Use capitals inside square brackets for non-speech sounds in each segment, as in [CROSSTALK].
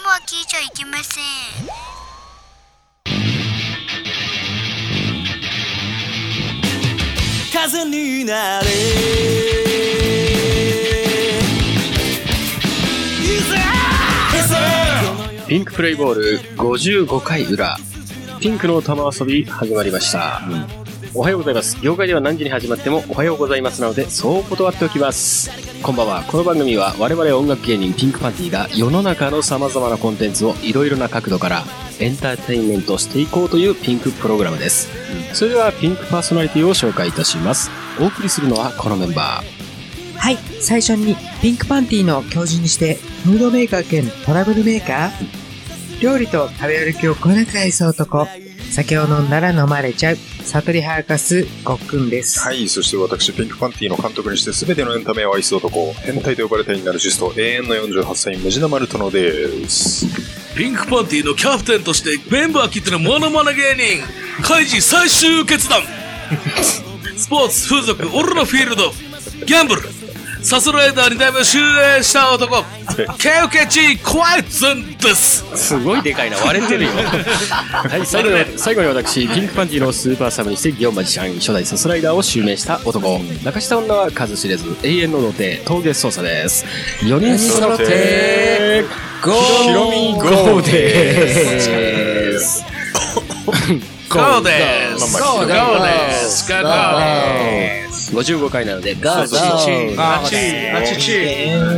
いけません風になれピンクプレイボール55回裏ピンクの玉遊び始まりました、おはようございます業界では何時に始まってもおはようございますなのでそう断っておきますこんばんはこの番組は我々音楽芸人ピンクパンティが世の中の様々なコンテンツをいろいろな角度からエンターテインメントしていこうというピンクプログラムです、それではピンクパーソナリティを紹介いたしますお送りするのはこのメンバーはい、最初にピンクパンティの教授にして、ムードメーカー兼トラブルメーカー料理と食べ歩きをこなく愛す男。酒を飲んだら飲まれちゃう。悟りハーカス、ごっくんです。はい、そして私、ピンクパンティの監督にして全てのエンタメを愛す男、変態と呼ばれたインナルシスト、永遠の48歳、ムジナマルトノです。ピンクパンティのキャプテンとしてメンバー切ってのモノマネ芸人カイジ最終決 [LAUGHS] 断スポーツ風俗俺のフィールドギャンブルサスライダー2代目を襲名した男 KOKG コワイツンですすごいでかいな割れてるよはい最後に最後に私ピンクパンティのスーパーサブにしてギオンマジシャン初代サスライダーを襲名した男泣かした女は数知れず永遠の童貞峠捜査です4人揃ってゴーヒロミゴーでですガオですまあまガあオですガオで55回なのでガーすあちちあちあちち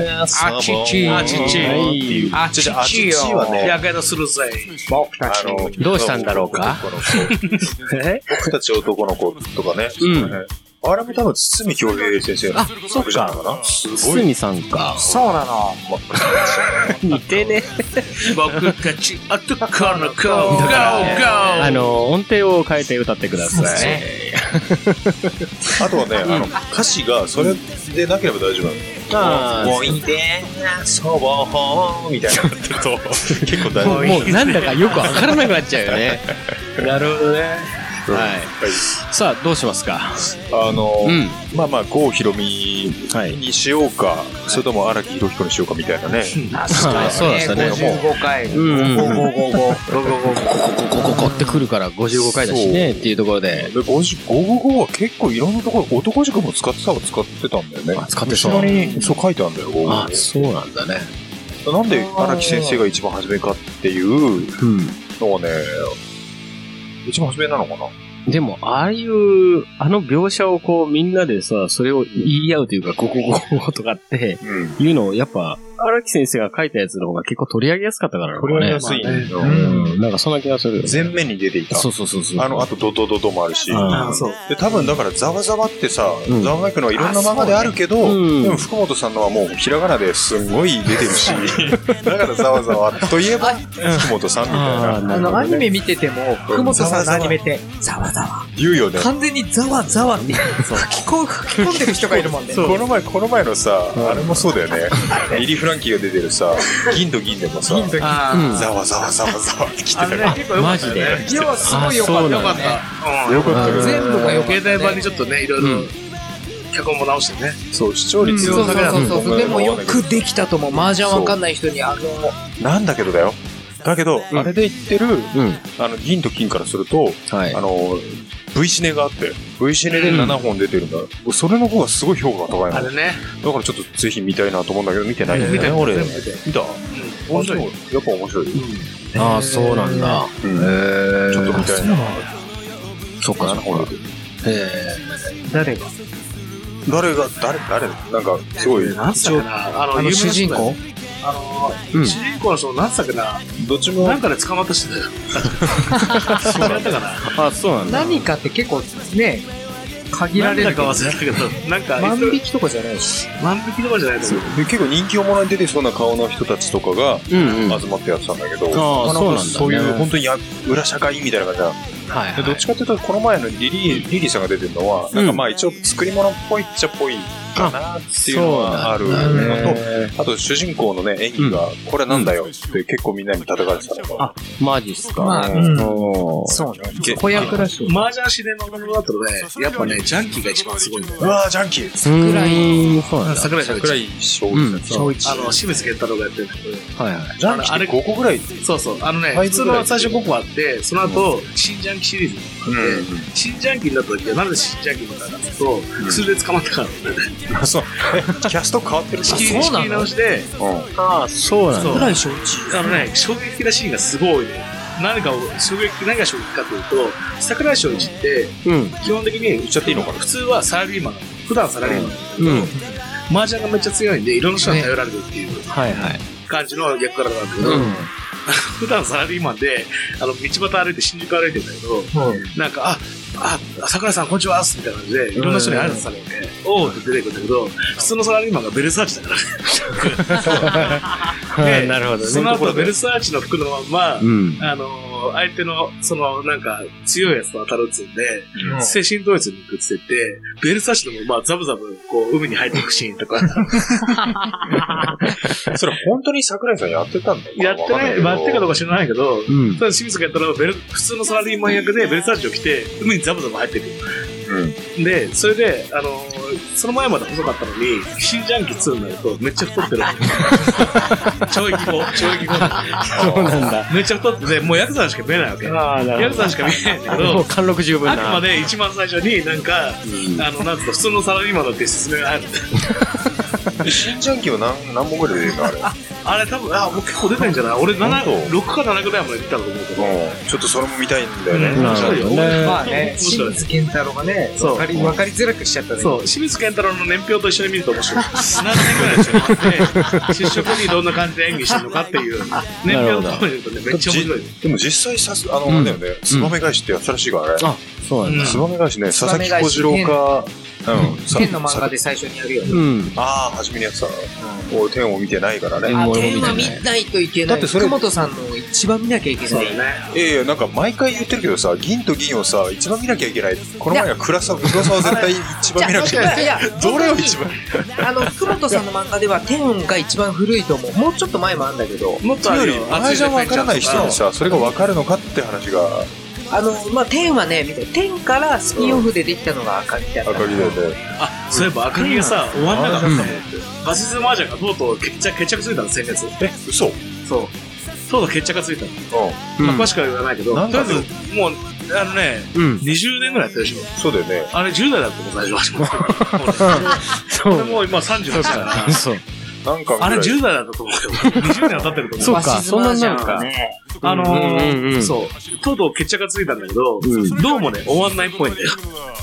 あちちあちちはいあちちよあちちはねやけどするぜ僕たあのどうしたんだろうか僕たち男の子とかね。 [LAUGHS] うんあれも多分、堤京平先生の作じゃないかな。すごい。堤さんかそうなの。似てね僕たち男の子ガオガオあの音程を変えて歌ってくださいあとはね、あの、歌詞がそれでなければ大丈夫なあの。ーおいでな、そぼほーみたいなのって [LAUGHS] ると、結構大丈も夫。うもうなんだかよくわからなくなっちゃうよねなるほどねはいさあどうしますかあの、うんまあまあ、郷ひろみはいにしようか、それとも荒木ひろ彦にしようかみたいなね。あそうなんですよね55回。うんうんうん55ここここってくるから55回だしねっていうところでで、55は結構いろんなところ、男塾も使ってたは使ってたんだよね。使ってた後ろに、そう書いてあるんだよ、あ55そうなんだねなんで荒木先生が一番初めかっていううのがね、一番初めなのかな。んでもああいうあの描写をこうみんなでさそれを言い合うというかこここことかってうん。いうのをやっぱ荒木先生が書いたやつの方が結構取り上げやすかったからなのかこれはね安いんだよ。うんなんかそんな気がするよね前面に出ていた。そうそうそうそうあの、あとドドドドもあるし。あーそう。で、多分だから、ざわざわってさうん、ざわめくのはいろんなままであるけど、そうねうんでも福本さんのはもうひらがなですんごい出て [LAUGHS] るし、だからざわざわといえば、福本さんみたいあー。ななあるほの、どアねニメ見てても、福本さんのアニメって、ざわざわ。言うよね。完全にざわざわって、吹きこ吹き込んでる人がいるもんね。この前、この前のさ、あれもそうだよ [LAUGHS] ね。リリー・フランキーが出てるさ、銀と銀でもさ、うんざわざわざわざわって来てあたれよね、。結構良かったよね。いや、すごい良かったよね。よかったけど全部が良かったね。携帯版にちょっとねいろいろ脚本も直してねそう、視聴率そうそうそうそう、うんでもよくできたと思う麻雀わかんない人にあのなんだけどだよ。だけど、んあれで言ってる、うんあの、銀と金からすると、はいあの、V シネがあって、V シネで7本出てるんだ。それの方がすごい評価が高いあの。れねだからちょっとぜひ見たいなと思うんだけど、見てないんだよね。俺。見た面白い。やっぱ面白い。ああそうなんだうんちょっと見たいな。そっかそっかえ誰が誰が、誰、誰なんか、すごい、何歳かなあのあの主人公あうのん主人公の人何歳かなどっちも、なんかで捕まった [LAUGHS] 人だよそうだったかなーあそうなんだ何かって結構ね限られなるかんだから忘れたけどなんか万引きとかじゃないし万引きとかじゃないと思うで結構人気をもらに出てそうな顔の人たちとかがうんうん集まってやってたんだけど、ああそうなんだねそういう本当にや裏社会みたいな感じだ、はいでどっちかっていうとこの前のリリーリリーさんが出てるのはなんかまあ一応作り物っぽいっちゃっぽいかなっていうのはあるのと、あと主人公のね、演技が、これなんだよって結構みんなに叩かれてたのが、マジっすか。まあうんそうねいけ。子役だし。マージャン自然の物語で、やっぱね、ジャンキーが一番すごいんだよ。うわー、ジャンキー桜井。そうなんだ。桜井さん桜井翔うん、一さん。正一。あの、清水健太郎がやってるんだけど、はいはい。ジャンキーって5個ぐらい。そうそう、あのね、ファイ普ブ通ぐらいの最初5個あって、その後、新ジャンキシリーズ。新ジャンキーになった時は、なんで新ジャンキーになったかっていうと、薬で捕まったから。うん。 [LAUGHS] [LAUGHS] そう。キャスト変わってる仕切りあ仕そうなの切り直しで、うああ、そうなんだ。そう桜井翔一。あのね、衝撃的なシーンがすごい多いね。何かを、衝撃、何が衝撃かというと、桜井翔一って、うん。基本的に、ちゃっていいのかな普通はサラリーマン、普段サラリーマンなんだけど、うん。麻雀がめっちゃ強いんで、いろんな人に頼られるっていうはいはい。感じの役柄なんだけど、うん。 [LAUGHS] 普段サラリーマンで、あの、道端歩いて、新宿歩いてんだけど、なんか、あ、あ、桜井さん、こんにちはっすみたいな感じで、いろんな人に挨拶されて、おうって出てくるんだけど、普通のサラリーマンがベルサーチだからね。あーなるほどね。その後、ベルサーチの服のまま、うん。あのー、相手の、その、なんか、強いやつと当たるっつうんで、ん。精神統一に行くっつってて、ベルサーチでも、まあ、ザブザブ、こう、海に入っていくシーンとか、 [LAUGHS] それ本当に桜井さんやってたんだやってない、待ってかどうか知らないけど、うん。ただ清水がやったらベル、普通のサラリーマン役でベルサーチを着て、海にザブザブ入っていく。うん。で、それで、あのーその前まで細かったのに、新ジャンキー2になると、めっちゃ太ってる。懲役後、懲役後。そうなんだ。めっちゃ太ってて、もうヤクザにしか見えないわけ。ヤああ、なクザにしか見えないんだけもうど、貫禄十分あな。くまで一番最初になんか、うんあの、なんつうの、普通のサラリーマンだって説明が入る。新ジャンキーは何、何本ぐらい出てるのあれ。あれ多分、あ、もう結構出てんじゃない俺7、本当6か7ぐらいまで出たと思うけど。うん。ちょっとそれも見たいんだよね。なるほどねまあね面、清白い水健太郎がね、そうわかりわかりづらくしちゃったね。そう、清水健太郎の年表と一緒に見ると面白い。何年ぐらいでしょうかね出職にどんな感じで演技してるのかっていう、年表のところに見るとね、めっちゃ面白い。でも実際さす、あの、あれだよね、ツバメ返しってやったらしいからね。あ、そうなんだ。うんツバメ返しね、佐々木燕返小し次郎か、うん、さ天の漫画で最初にやるよね。うん。ああ、初めにやってた。俺、天を見てないからね。ああ、俺も見て天なはい見ないといけない。だってそれ福本さんの一番見なきゃいけない。ね。いやいや、なんか毎回言ってるけどさ、銀と銀をさ、一番見なきゃいけない。この前は暗さ、黒さは絶対一番見なきゃいけいない。や、 [LAUGHS] どれを一番あの、福本さんの漫画では天が一番古いと思う。もうちょっと前もあるんだけど、もっとあよるり、よ。麻雀わからない人にさ、それがわかるのかって話が、あの、まあ、天はね、見て、天からスピンオフでできたのが赤木だった。赤木だよね。あ、そういえば赤木がさ、終わんなかったね。バスズマージャンがとうとう決着決着ついたの、先月。え、嘘うん。そう。とうとう決着がついたの。まあ詳しくは言わないけど、となりんあえだろずう、もう、あのね、うん。 20年ぐらいやってるでしょ。そうだよね。あれ10代だったもん、最初始まったのそ俺もう今38だから。そう。なんか見あれない10代だったと思うよ。20年は経ってると思う。そうかバシズマージャンはねあのうんうんうー、んそう。とうとう決着がついたんだけど、うんどうもね、終わんないっぽいんだよ。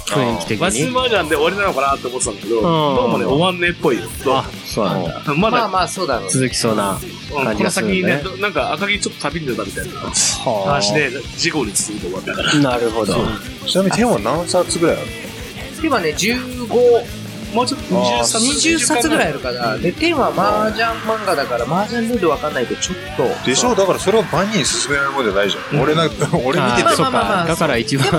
雰囲気的バスに。マージャンで終わりなのかなって思ってたんだけど、どうもね、終わんねえっぽいよ。どあ、そうなんだ。うままあだ、まあ、そうだろうね。続きそうな。う感んじこのがするね先ね、どなんか赤木ちょっと旅に出たみたいな話で、事故に続いて終わったから。なるほど。ちなみに天は何冊ぐらいある今ね、15、もうちょっとあー20 20冊ぐらいあるから、で、天は麻雀漫画だから、麻雀ルールわかんないとちょっと。でしょだからそれを万人に勧められるもんじゃないじゃん。俺なんか、俺見てあてーそうまあまあまか。あだから一番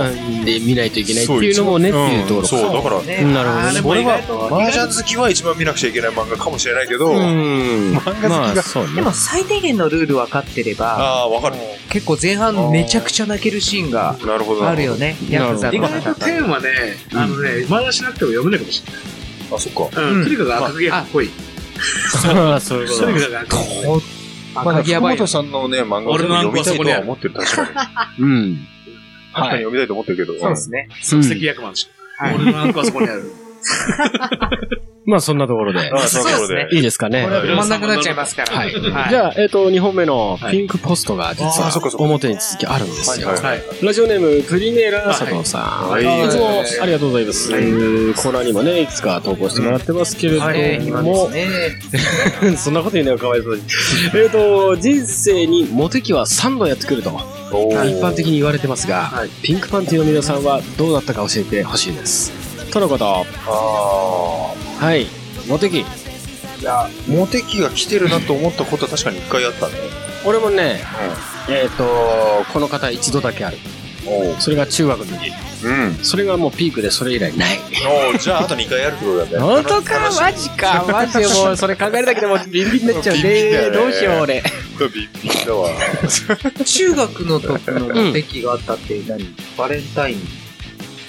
で見ないといけないっていうのもね、ってんいうところか。そう、だから、ねなるほどねあーでも俺は意外と麻雀好きは一番見なくちゃいけない漫画かもしれないけど、うん。まあ、そうでね。も最低限のルール分かってれば、ああ、わかる。結構前半めちゃくちゃ泣けるシーンがなるほどな。あるよね。なるヤほクどザ意の外方と々。天はね、あのね、まだしなくても読めないかもしれない。あ、そっか。うん。うんとにかく赤木がかっこいい。そう [LAUGHS] いうこととにかく赤木が。こまあ、赤木福やばいよ本。さんのね、漫画を俺の読みたいとはあんこ思ってる、確かに。確かうん。に読みたいと思ってるけど。そうですね。即席役満でしょ。俺のアンクはそこにある。まあ、そんなところであ。あ、そういうところでそう。いいですかね。これは止まんなくなっちゃいますから。 [LAUGHS] はい。はいじゃあ、えっ、と、2本目のピンクポストが実あーそっかはそっか表に続きあるんですよ。はいはいラジオネーム、プリメーラ佐藤さん。、はいいつもありがとうございます。コーナーにもね、いくつか投稿してもらってますけれども、はい、今ですね。 [LAUGHS] そんなこと言うのはかわいそうに。えっと、人生にモテ期は3度やってくると、おー一般的に言われてますが、はいピンクパンティーの皆さんはどうだったか教えてほしいです。とのこと。あはい。モテ期。あ。いや、モテ期が来てるなと思ったことは確かに一回あったね。俺もね、えっ、と、この方一度だけある。おーそれが中学の時。ううん。それがもうピークでそれ以来ない。おーじゃあ、あと2回やるってことだね。本当か楽しいマジかマジでもうそれ考えるだけでもうビンビンになっちゃう。ビンビンだでよねどうしよう俺。ビビだわ。中学の時のモテ期があったって何、バレンタイン。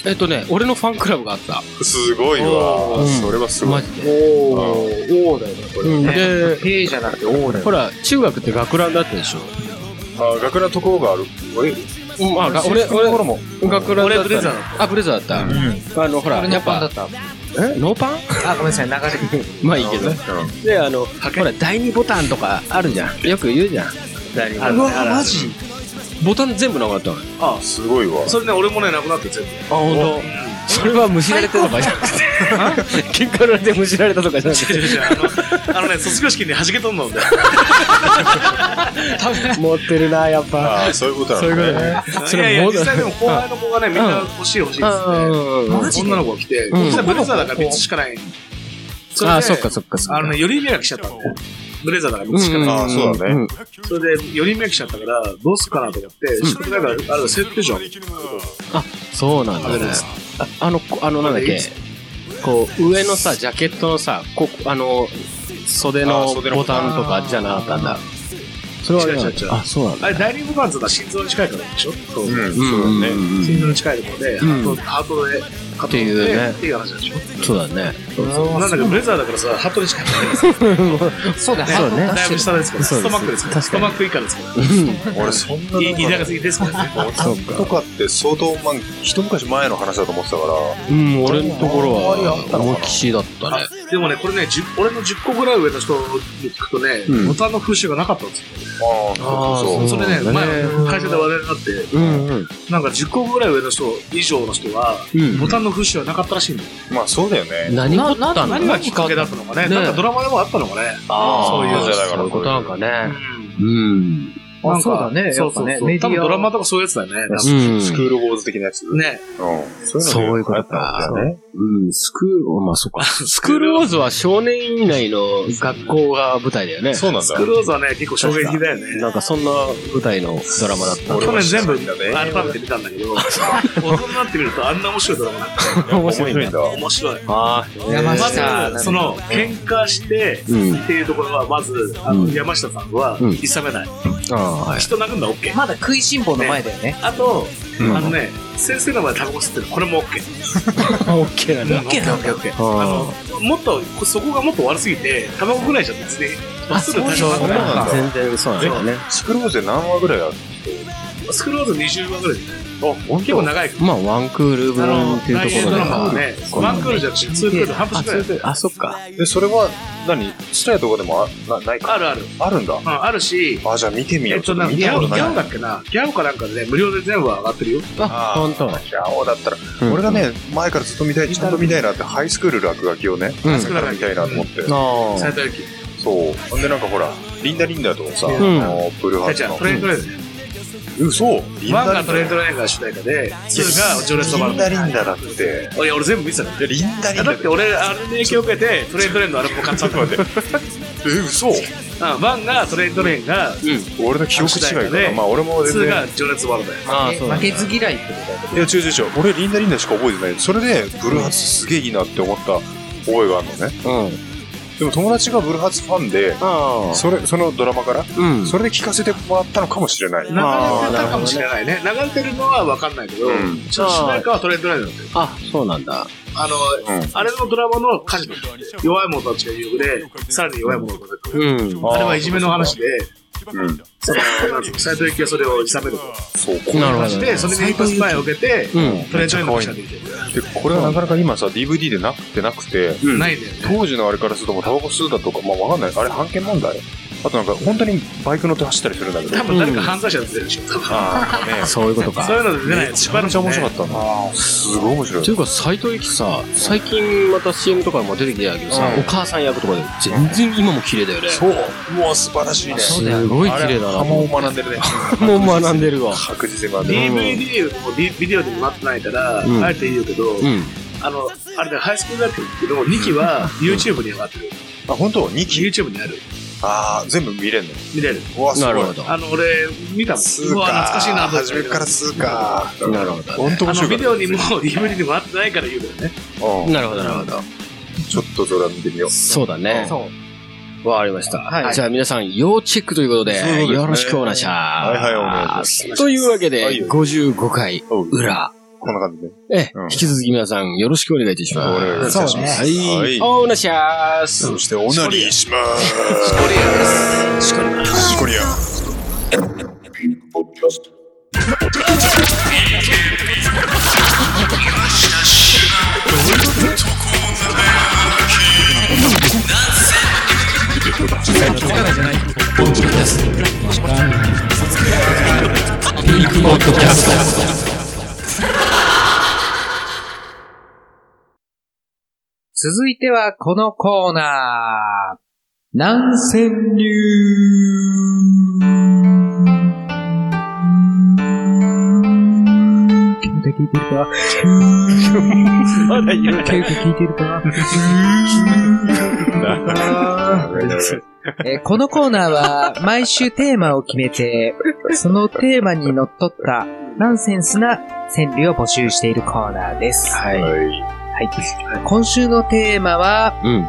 えっとね、俺のファンクラブがあった。すごいおーわ。それはすごマい。ジで。おー、おーだよね、こうん、で、 K じゃなくて O だよほら、中学って学ランだったでしょ。あー、学ランところがある。えまあ、が俺、俺、ところも。学ランだった。俺ブレザーだあ、ブレザーだった。あの、ほら、俺やのっパンだぱっ、た。えノーパンあ、ごめんなさい、流れてまあいいけど。で、あの、ほら、第二ボタンとかあるじゃん。よく言うじゃん。第二ボタン。うわ、マジボタン全部なくなったのよ。あ、すごいわ。それね、俺もね、なくなって全 [LAUGHS] 部。あ、本当。それはむしられたとかじゃなくて。喧嘩売られてむしられたとかじゃなくて。あのあのね、卒業式に弾けとんのんで。持ってるな、やっぱ。あーそういうことなそういのうことね。[LAUGHS] いそやいや、れも実際でも後輩の子がね、みんな欲しい欲しいっつって。あ女の子が来て、うん実はブレザーだから3つしかない。それであ、そっかそっかそっあのかね、。4人目が来ちゃったんだよ。ブレザーだから3つしかんない。あそうだねん。それで4人目が来ちゃったから、どうすっかなと思って、んそれだから、あれだ、セットじゃん。あ、そうなんだね。ああの、こあの、なんだっけ。こう、上のさ、ジャケットのさ、こあの、袖あの袖のボボタタンンとかじゃなかったんだ。それはあれなんだ違う違う違うあ、そうなんだ。あれ、第二ボタンズが心臓に近いからでしょそうう。ん、そうだね。心臓に近いところで、うんハートハートで、ハートっていうねっていう話でしょそうだね。そうなんだけど、ブレザーだからさ、ハートに近いからね。そうだそうねだいぶ下ですから、そうですストマックですから、確かストにマック以下ですから。俺、そんな。いい長すぎですからね。そうとか。かって相当、まあ、一昔前の話だと思ってたから、うん、俺のところあんまりあっは、たのかな思いっきしだったね。でもね、これね、10俺の10個ぐらい上の人に聞くとね、うんボタンの風習がなかったんですよ。ああ、そうそうそそうれなんだね、ね前、会社で話題になっうんうん。て、なんか10個ぐらい上の人、以上の人は、うんボタンの風習はなかったらしいんだよ。まあ、そうだよね。何があったの何がきっかけだったのかね。ねなんかドラマでもあったのかね。そうあーそうじゃないかなそういうことなんかね。うん。あなんかそうだねそうそうやっぱねそう。メディ多ア分ドラマとかそういうやつだよね。なんかうんスクールウォーズ的なやつ。うん。ね。そういうのがあったんだよね。うん、スクール、まあそうか。スクールウォーズは少年院内の学校が舞台だよね。そうなんスクだ。ローズはね、結構衝撃的だよね。なんかそんな舞台のドラマだった。俺去は年全部知らないんだね改めて見たんだけど、大人になってみるとあんな面白いドラマなんだ面白いんだ。面白い。ああ、山ま下ず、その、喧嘩して、うんっていうところは、まず、あうの、ん山下さんは、うんいさめない。ああ、はい。人殴るのは OK。まだ食いしん坊の前だよね。あと、うんあのね、先生の前でタバコ吸ってるの、これも OK。 [LAUGHS] オッケーなんだ。 OK な OK、OK。ああの、もっと、そこがもっと悪すぎて、タバコぐらいじゃ別に、まっすぐ対象そがうなんあ、だ全然そうなんだよね。スクールウォーズで何話ぐらいあるスクロール20話ぐらいで。本結構長い。まあワンクール分あのっていう、とこドラマろはで。ね、ワンクールじゃなくて、ツークール、半あ、年そぐられい。で、あ、そっか。え、それは、何ちっちゃいとこでもあなないかあるある。あるんだう。ん、あるし、あ、じゃあ見てみよえう。っと、なんか、見ギたャこオとギャオなだい。っけなギャオかなんかでね、無料で全部上がってるよ。あ、本当。ギャオだったら、俺がね、前からずっと見たい、ちゃんと見たいなって、ハイスクール落書きをね、うん前から見たいなと思って。あ斉藤由貴。そう。ほんで、なんかほら、リンダリンダとかさ、あんの、ブルーハーじツゃあ、のト。レインドレイン。嘘リンワンダリがンダトレンドラインが主題歌で、ツーが情熱のバリンダリンル。ダだって。いや、俺全部見てたから。いや、リンダリンあダだって俺、あれに影響を受けて、トレンドレインのアルバム買ったの。待って。え、嘘うんワンがトレンドレインが、俺の記憶違いかな。まあ俺もツ全ー然。いが情熱のバルだよ。あ、えそうなん負だけ。ず嫌いってことだよねや、違う違う違う。俺リンダリンダしか覚えてない。それで、ブルーハーツすげえいいなって思った覚えがあるのね。うん。でも友達がブルーハーツファンで、あそれ、そのドラマから、あ。うん。それで聞かせてもらったのかもしれない。流れてたかもしれないね。流れてるのは分かんないけど、うん主題歌はトレンドラインなんだよ。あ、そうなんだ。あの、うん。あれのドラマの歌詞の弱い者たちが有力で、さらに弱い者が出てくる。うん。ああれはいじめの話で、うん。その、なんつうの斉藤由貴がそれをいさめると。そう、こなるほ話どで、ね。それに一発前を受けて、うん。トレンドラインの歌詞ができてでこれはなかなか今さ、DVD でなくてなくて、る。ないんだよね。当時のあれからするともうタバコ吸うだとか、まあわかんない。あれ、判件問題あとなんか、本当にバイク乗って走ったりするんだけど多。分誰か犯罪者で出るでしょ、多分。ああ、 [LAUGHS] ねそういうことか。そういうので出ないやつ、めちゃめちゃ面白かったな。すごい面白いとい。うか、斎藤由貴さ、最近また CM とかも出てきたけどさ、うんお母さん役とかで全然今も綺麗だよね。そう。もう素晴らしいね。すごい綺麗だな。波紋もを学んでるね。う学んでるわ。確実に学んでる。 DVD でもビビデオでもなってないから、うんあえて言うけど、うん。あの、あれだよ、ハイスクールだけど、2期は YouTube に上がってる。あ、本当二期 YouTube にある。あー、全部見れんの見れる。うわ、すごい。なるほどあの、俺、見たもん。スうーわ、懐かかしいなと思って初めからスーかー。なるほどねほんとあ面白の、い。ビデオにも、DVD にもあってないから言うけどね。うんなるほど、なるほど。ちょっとそれは見てみよう。そうだね。そう。わかりました。はいじゃあ皆さん、要チェックということで、そうですねよろしくお願いします。はいはいお願いしますというわけで、はい55回おう裏、こんな感じで。ええうん引き続き皆さん、よろしくお願いいたします。お願いいたしますそうねはい。はいお願いします。そして、オナニーしまーす。コリアです。コリア。シコリアン。続いてはこのコーナー。南千流君たち聞いて [LAUGHS] るかまだ言うケイ君聞いてる [LAUGHS] かえーこのコーナーは毎週テーマを決めて、そのテーマにのっとったナンセンスな川柳を募集しているコーナーです。はい。ははい。今週のテーマは、うん。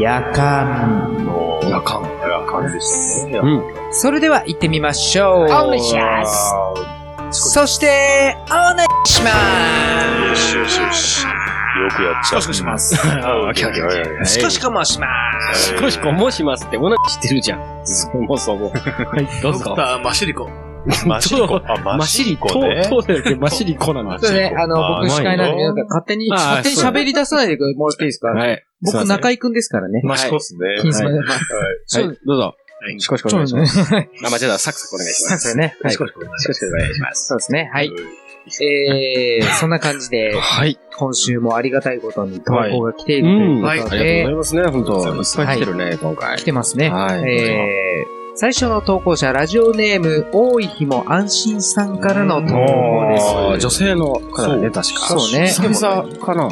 夜間。い。もう、夜な間。感じですね。うん。それでは行ってみましょう。そして、お願いしまよす。しよしよし。よくやった。しかしかします。あオッケーオッケーオッケーしかしこもします。少しこもしますって、同じしてるじゃん。そもそも。はい、どうドクタぞ。ーマシリコ。マシリコ。あ、ママシシリリコ、コね。とうだよけマシリコなの。はそうね、あの、僕司会なんで、皆さん勝手に、あー勝手に喋り出さないでもらっていいですかい。僕、中井くんですからね。マシコっすね。金スマで。井。はい、どうぞ。はい少しこちょもっしとまねす。。あ、間違えた。サクサクお願いします。そうね。はい。しこしこお願いします。お願いします。そうですね。はい。えー、そんな感じで、はい。今週もありがたいことに投稿が来ているというはい。あこりがととうございで、ますね、本当はいいっぱい来てるね、今回来。てますね。はいえー、最初の投稿者、ラジオネーム、多い日も安心さんからの投稿でおあーーす。女性の方ね、確か。そうね久々かな。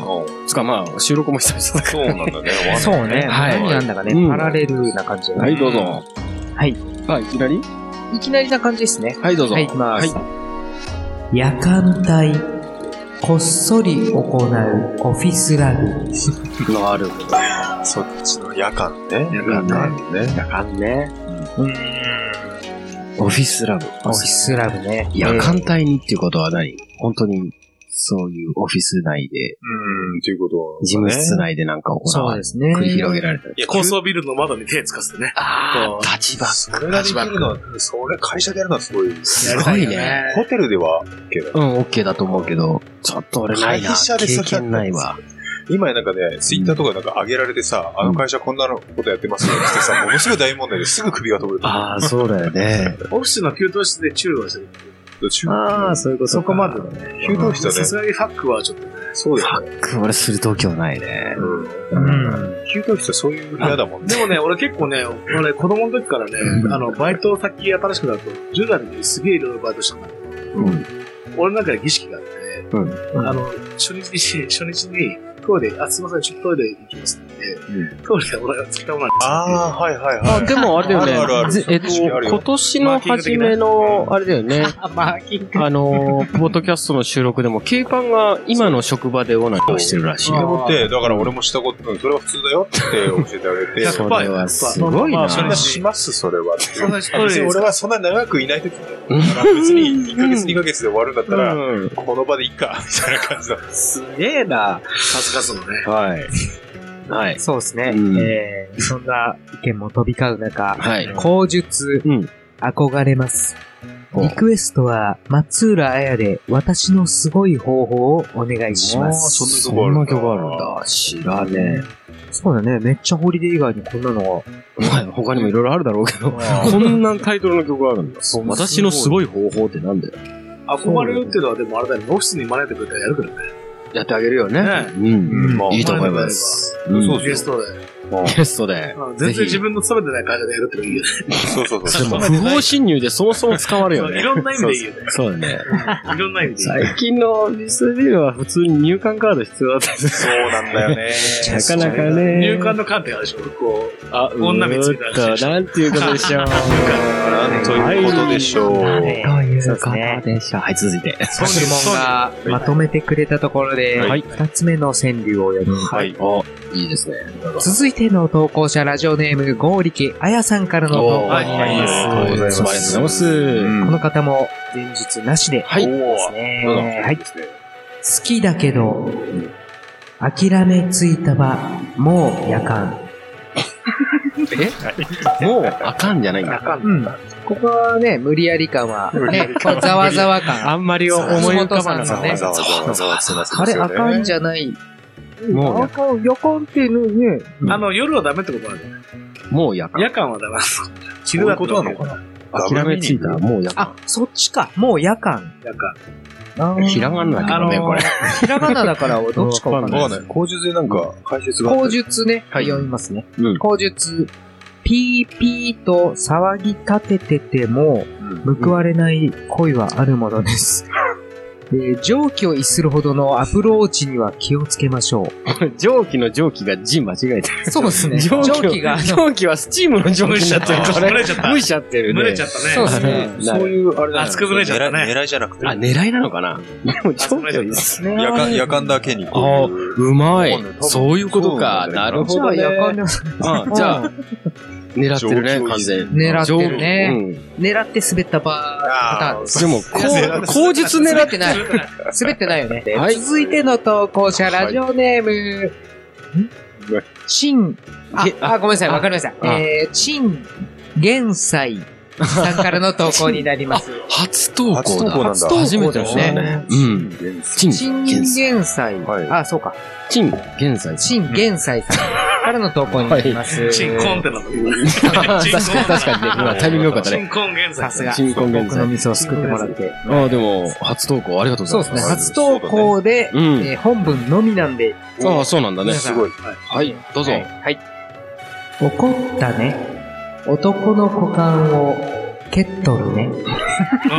つか、まあ、収録も久々だかそうなんだね。そうね。はい何なんだかね、うんパラレルな感じら。がはねい、どうぞ。はい。あ、いきなりいきなりな感じですね。はい、どうぞ。はい、行きます。は夜間帯、こっそり行うオフィスラブ。い。なるほど。そっちの夜間ね。夜間ねね。夜間ね。うんオフィスラブ。オフィスラブね。夜間帯にっていうことは何本当に、そういうオフィス内で、うん、ということは。事務室。内でなんか行そうわでれ、すね。繰り広げられたり。いや、高層ビルの窓に手つかせてね。あこうあ、立場。それができるのは、それ会社でやるのはすごい。すごいね。ホテルでは、けど、うん、オッケーだと思うけど、ちょっと俺ないな。会社経でさ験ないわ。今なんかね、ツイッターとかなんか上げられてさ、あの会社こんなのことやってますよってさ、ものすごい大問題ですぐ首が飛ぶ。ああ、そうだよね。オフィスの給湯室で注意をしてる。中 [LAUGHS] ああ、そういうことそこまでだね。給湯室さだすね。がにファックはちょっとね。そうだよね。俺する度胸ないね。うん。給湯室はそういう嫌だもんね。でもね、俺結構ね、俺子供の時からね、あの、バイト先新しくなると、10代の時にすげえいろいろバイトしたんだけどうん。俺の中で儀式があって、うんあの、初日に、初日に、トイレ、あ、すいません、ちょっとトイレ行きますって言って、トイレで俺が使ったものなんああ、はいはいはい。でもあれだよね。あるあるあるぜえっと、そういうのあるよ今年の初めの、あれだよね。 [LAUGHS] マーキング。あのー、ポッドキャストの収録でも、ケイパンが今の職場でオーナーをしてるらしいそれよ。もって、だから俺もしたこと、うんそれは普通だよって教えてあげて。や [LAUGHS] っぱそれはすごいまあな。それみんなします、それは。そんな人別に俺はそんな長くいない時だから、別に1ヶ月2ヶ月で終わるんだったら、うんこの場でいっか、みたいな感じだ。すげえな。数々のね、はい。はい。そうですね。うんえーそんな意見も飛び交う中、はい。口述、うん憧れます。おリクエストは、松浦綾で、私のすごい方法をお願いします。そんなそ曲んな曲あるんあだ。知らねそうだね。めっちゃホリデー以外にこんな [LAUGHS] のえ。まあ、他にもいろいろあるだろうけ [LAUGHS] ど、あこんなタイトルの曲があるんだ。私のすごい方法ってなんだよ。憧れるっていうのはでもあれだよね、オフィスに招いてくれたらやるからね。やってあげるよね。ねうん。まあいいと思いままあす。そううんそゲストで。うんゲストで。全然自分の勤めてない会社でやるってのいいよね。そうそうでそう。も不法侵入でそもそも捕まるよいね。ろんな意味でいいよね。そうだね。いろんな意味でいい。最近のビスビルは普通に入管カード必要だったりすそう [LAUGHS] なんだよね。るなかなかね。入管の観点あるでしょ。こう、あ、女見つけたうらしいーっと、なんていうことでしょう。なんということでしょう。はい [LAUGHS] ということでしょう。はい、続いて。ソシモンがまとめてくれたところで、は二いつ目の川柳を読みますはい。お、いいですね。続いての投稿者、ラジオネーム、剛力彩さんからの投稿になります。おーはいありがとうございますありがとうございます。この方も前日なしではい。ですね。おーはい。好きだけど、諦めついたは、もう夜間。もう、あかんじゃないんだ。うん。ここはね、無理やり感は、ね、こうざわざわ感。あんまり思い浮かばなそかうっそうそうた。ざわざわざわざわあれ、あかんじゃない。もう夜あかん、夜間ってね、ねあの、夜はダメってことなんだよ。もうやかん。夜間はダメなんですよ。昼だとそういうことなな諦めついたらもうやかあ、そっちか。もう夜間。夜間。ん。ひらがなだけどね、あのーこれ。 [LAUGHS] ひらがなだから、どっちかわかんないわかんない。口述でなんか解説があった口り。述ね、はい読みますね。うん口述、ピーピーと騒ぎ立ててても、報われない恋はあるものです。えー上気を逸するほどのアプローチには気をつけましょう。蒸気の蒸気が字間違えてる。そうです [LAUGHS] ね。蒸上気を気が。蒸気はスチームの蒸気になってる。これ蒸れちゃった蒸しちゃってるね。蒸れちゃったね。そうですねねそういう、あれだね熱く蒸れちゃったね。いじゃなくあ、狙いなのかなでも、蒸気ですね。夜間、夜間だけにこうああ、いう。うまい多分。そういうことか。そうななんだる [LAUGHS] よほどね。じゃあ夜間であじゃあ、狙ってるね、完全に。狙ってるね上気。狙って滑ったパターンです。うんでも、こ [LAUGHS] う口述狙滑っってない。滑ってないよね。はい続いての投稿者、ラジオネーム、はいチン、あげ、あごめんなさい、あわかりました。あえー、チン、元斎さんからの投稿になり [LAUGHS] ます。初投初投稿稿だ。なんだ。初初めてだね。うん。チン、チン、ゲンサイ元斎はいあ、そうか。チン、ゲンサイ。チン、元斎さんからの投稿になります。チンコンってなった。確かに、確かにね。今タイミング良かったチね。ンコン現さ在。すが、チンコンゲン僕サのイ。ミスを救ってもらって。ああ、でも、初投稿ありがとうございそうま。ですすね、初投稿で、うんえー本文のみなんで、ああ、そうなんだね。すごい。はい、どうぞは。いはい。怒ったね。男の股間を蹴っとるね。おー、ケットル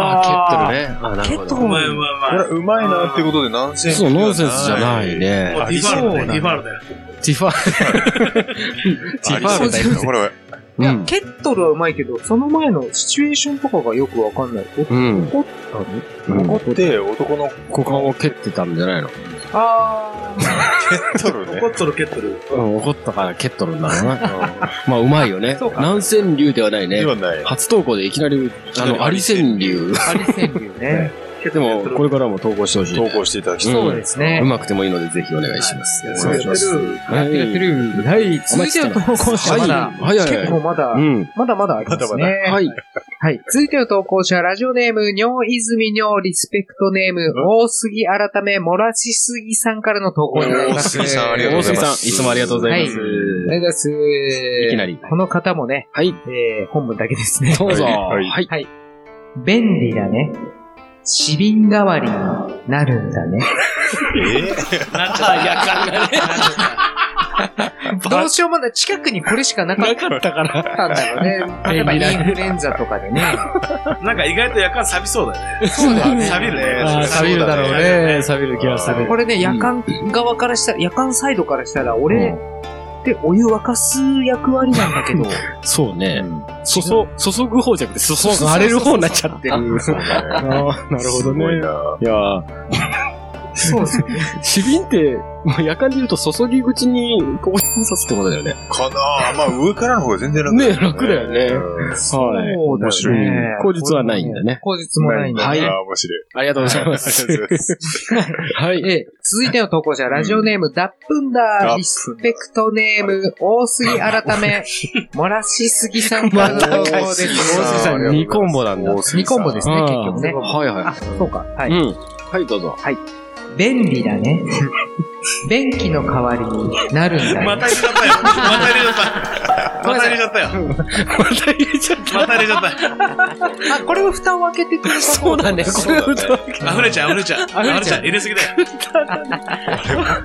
ああ、蹴ってるね。ああ、なるほ蹴っとうどる。まいうまいこれまい。うまいなってことでナンセンス。そう、ノンセンスじゃない。ねも。うディファールだよ、ディファールだよ。ティファール。ティファールだよ。これ、いやう、ん蹴っとるはうまいけど、その前のシチュエーションとかがよくわかんない。うん。怒ったね。うん怒って男の股間を蹴ってたんじゃないのあ取るねコ。ットル、ケットル。うん、怒ったから蹴っとるんだろうな。まあ、うまいよね。そうか南川流ではないねで。はない。初投稿でいきなり、あの、アリ川流。あ、アリ川柳ね。でも、これからも投稿してほしい。投稿していただきたい。そうですうね。まくてもいいので、ぜひお願いします。いお願いします。やってはいる。はい。続いての投稿者、はいまだ、はいはいはい結構まだう、ん。まだまだありますね。はい。はい。続いての投稿者、ラジオネーム、尿泉尿リスペクトネーム、大杉改め、漏らしすぎさんからの投稿になります。大杉さんありがとう大ござ杉いますさん、いつもありがとうございます。ありがとうございます。いいきなりこの方もね、はい。えー、本文だけですね。どうぞ。ははいい。はい便利だね。死瓶代わりになるんだね。えなんちゃら、夜間がね。どうしようもない。近くにこれしかなかっかったから。たんだろうね。例えばインフルエンザとかでね。なんか意外と夜間錆びそうだよね。そうだ [LAUGHS] よね。錆びるね。ああ、錆びるだろうね。錆びる気がする。これね、夜間側からしたら、夜間サイドからしたら、俺ってお湯沸かす役割なんだけど、そうね。注違注ぐ方じゃなくて、注がれる方になっちゃってる。あーななるほどすごいね。ないやーそうですよね。死瓶って、まあ、夜間で言うと注ぎ口にこぼし刺すってことだよね。かなあまあ上からの方が全然楽ね楽だよねうんはい。そうだ面白いね。口述はないんだね。口述もないんだね。はいああ、面白い。ありがとうございまあすり。がとうございます [LAUGHS] はい。えー続いての投稿者、ラジオネーム、ダップンダー、リスペクトネーム、大杉改め、漏らしすぎさんからの投稿またかいです。大杉さん二コンボなんだ大杉さん二コンボですね結局ねあーはいは。あ、そうか。はいい。うん。はい、どうぞ。便利だね。便器の代わりになるん [LAUGHS] だまね。た入れちゃったよ。また入れちゃった。また入れちゃったよ。また入れちゃっまた入れちゃった。あ、これを蓋を開けてくれたた。そうだね。これそうだね歌わなきゃ溢れちゃう、溢れちゃう。溢れちゃう。入れすぎだよ。あ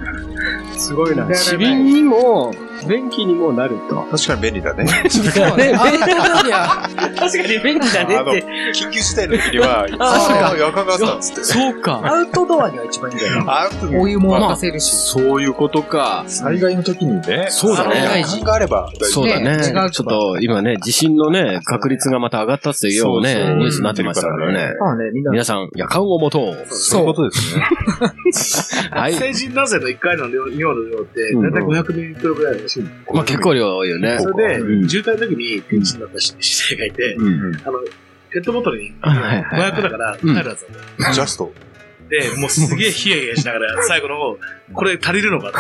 すごいな。くだらない市民にも、便器にもなると。確かに便利だね。そうね。あんなことには確かに便利だあの、ねって。緊急事態の時にあは、そうかああ、夜間があったんですって。そうか。アウトドアには一番いいんじゃないあとお湯も沸かせるし。そういうことか。災害の時にね。そうだね夜間があれば大丈そうだね。ね違うちょっと、今ね、地震のね、確率がまた上がったっていうようねそうそう、ニュースになってましたからね。まあね、みんな。皆さん、夜間を持とう。夫。そういうことですね。 [LAUGHS] はい。成人男性の1回の尿の量って、うんだいたい500ミリリットルぐらいらしいのまあ結構量多いよ [LAUGHS] ね。それで、うん渋滞の時にピンチになった人生がいて、うん。あの、ペットボトルにはいはいはい500だから帰るはずだっジャスト。た。で、もうすげえヒヤヒヤしながら、最後の方、これ足りるのかって、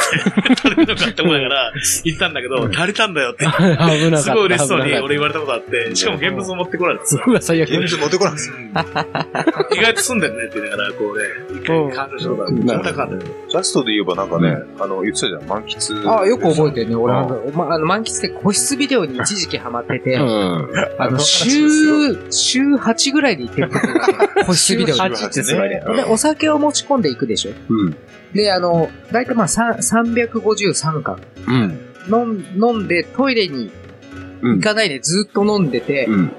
足りるのかって思いながら、行ったんだけど、足りたんだよって、危なかった。すごい嬉しそうに危なかっ俺言われたことあって、しかも現物を持ってこられてさ、たうわ、最悪。現実持ってこないです。意外と住んでるねって言いながら、こうね、一回感情したことある。なるほど全くあったよジャストで言えばなんかね、あの、言ってたじゃん、満喫。ああ、よく覚えてるね。俺、うんあの、ま、あの、満喫で個室ビデオに一時期ハマってて、うん。あの、週、週8ぐらいで行ってる時があって個室ビデオに。 8ってすごいねで、お酒を持ち込んでいくでしょ。うん。で、あの、だいたいまあ、さん353巻。うん。飲ん飲んで、トイレにうん行かないでずっと飲んでて、うん。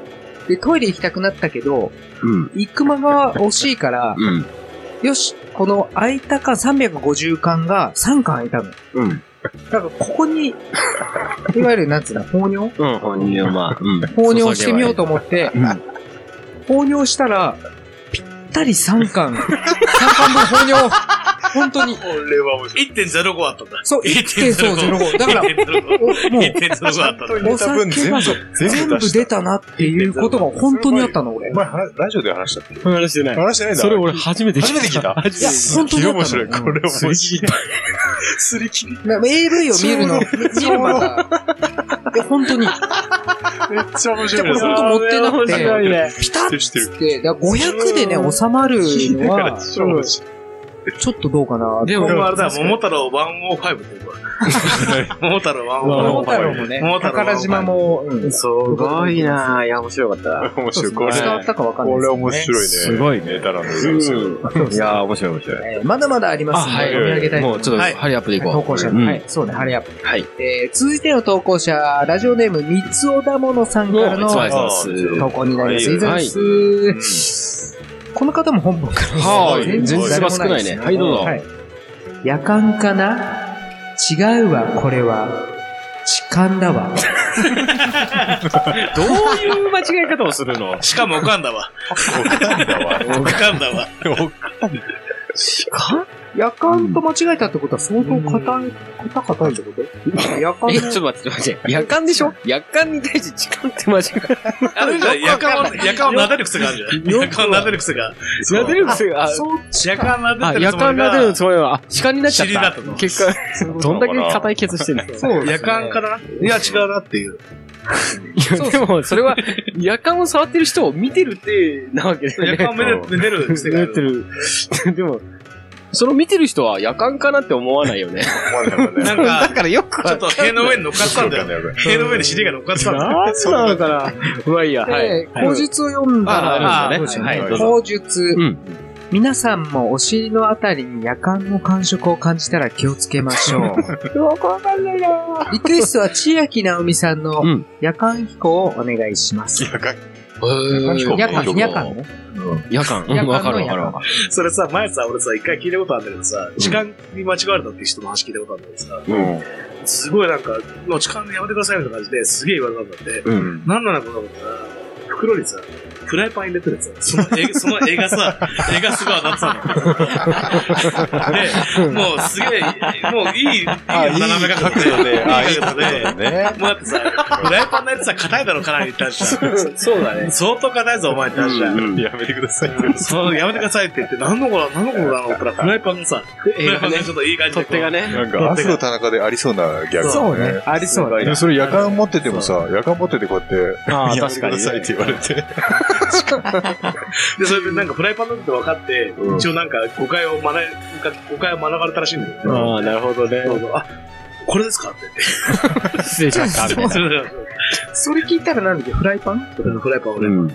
で、トイレ行きたくなったけど、うん。行く間が惜しいから、うん。よし、この空いた缶、350缶が3缶空いたの。うん。だから、ここに、いわゆる、なんつうの、放尿うん。本人はまあ、うん。放尿してみようと思って、放尿したら、ぴったり3巻。3巻分放尿。本当に。 1.05あったんだ。そう、1.05。だから、 1.05。おもう、 1.05あったんだ。お酒が全部出たなっていうことが本当にあったの、俺。お前、話ラジオで話したっけ話してない。話してないんだ。それ俺初めて聞いた。初めて聞いた [LAUGHS] 初めて聞い本当にあったの面白い。これ面白い。すり切り。な AV を見るの、見るまた。いや、本当に。めっちゃ面じゃあこれ白い。本当持ってなく面白いて、ね。ピタッしてる。て、だから500でね、収まるのは、ちょっとどうかな。でも、あれだ、桃太郎105って言うわ。桃太郎桃105。太郎もね桃、太郎宝島も、うんた。すごいなぁ。いや、面白かった。面白い。これ伝わったかわかんないこでれす面白いね。すごいねネタなんですよ。いやー、面白い面白い。えーまだまだありますんで、はい読み上げたいとも思いうます。ちょっと、ハリアップでいこう。投稿者うの、んはい、そうね、ハリアップ。はい。えー、続いての投稿者、ラジオネーム、三つおだものさんからのおはいます投稿になります。はい以上です。この方も本文から。はい全然誰も少ないねですはいどうぞい夜間かな違うわ、これは。痴漢だわ。 [LAUGHS] どういう間違い方をす [LAUGHS] るのしかも、おかんだわ。おかんだわ。夜間と間違えたってことは相当硬い、硬硬いっ [LAUGHS] てこと夜間え、ちょっと待って、待って。夜間でしょ夜間に対して時間って間違あれじゃ、夜間を、夜間を撫でる癖があるじゃん。夜間を撫でる癖が。い。なでる癖が、あそう夜間撫あ、でてる夜つも間りなでるがつ。もりは、あ、痴漢になっちゃっ尻だたったの。結果、どんだけ硬いケツしてんのそうで夜すね間かないや、違うなっていう。いや、でも、それは、夜間を触ってる人を見てるって、なわけだよ夜ね。間をめでめでる癖があ見てる。る。 [LAUGHS] でも、その見てる人は夜間かなって思わないよね。なん [LAUGHS] だか、からよくちょっと塀の上に乗っかったんだよ。よ。塀の上に尻が乗っかってたんだよ。なんなのかなまあいいや、はい。で、口述を読んだあら、あるんどうでしすよようねはいどうぞ口述う。皆さんもお尻のあたりに夜間の感触を感じたら気をつけま [LAUGHS] しょう。リクエストは千秋直美さんのうん夜間飛行をお願いします。夜間、夜間ね。夜間。うん夜間のわかるわか夜る間わかそれさ、前さ、俺さ、一回聞いたことあるんだけどさ、時間に間違われたっていう人の話聞いたことあるんだけどさ、うん。すごいなんか、もう時間でやめてくださいみたいな感じですげえ言われたんだって。る。うん。ん。なんなのかなと思ったら、袋にさ、フライパン入れてるやつその絵、その絵がさ、絵がすごい当たってたの。で、 [LAUGHS] もうすげえ、もういい、いいいい斜め角角度で、であいい角度で、もね。うだってさ、フライパンのやつさ、硬いだろ、かなりって話じゃん。そうだね。相当硬いぞ、お前って話じゃん。やめてください。そう、やめてくださいって言って、何のこと何のことだろうから、フライパンがさ、フライパンがちょっといい感じ取でっこう。手がね。なんか、アフロ田中でありそうなギャグ。そうね。。ありそうでねも。それ夜間持っててもさ、夜間持っててこうやって、あやめてくださいって言われて。で、それでなんかフライパンだって分かって、うん一応なんか誤解を学ん、誤解を学ばれたらしいんだけどね、ああ、なるほどね。そうそうあ、これですかって言って。失礼しました。みたいなそれでそれ聞いたらなんだっけフライパン俺のフライパン俺。ん。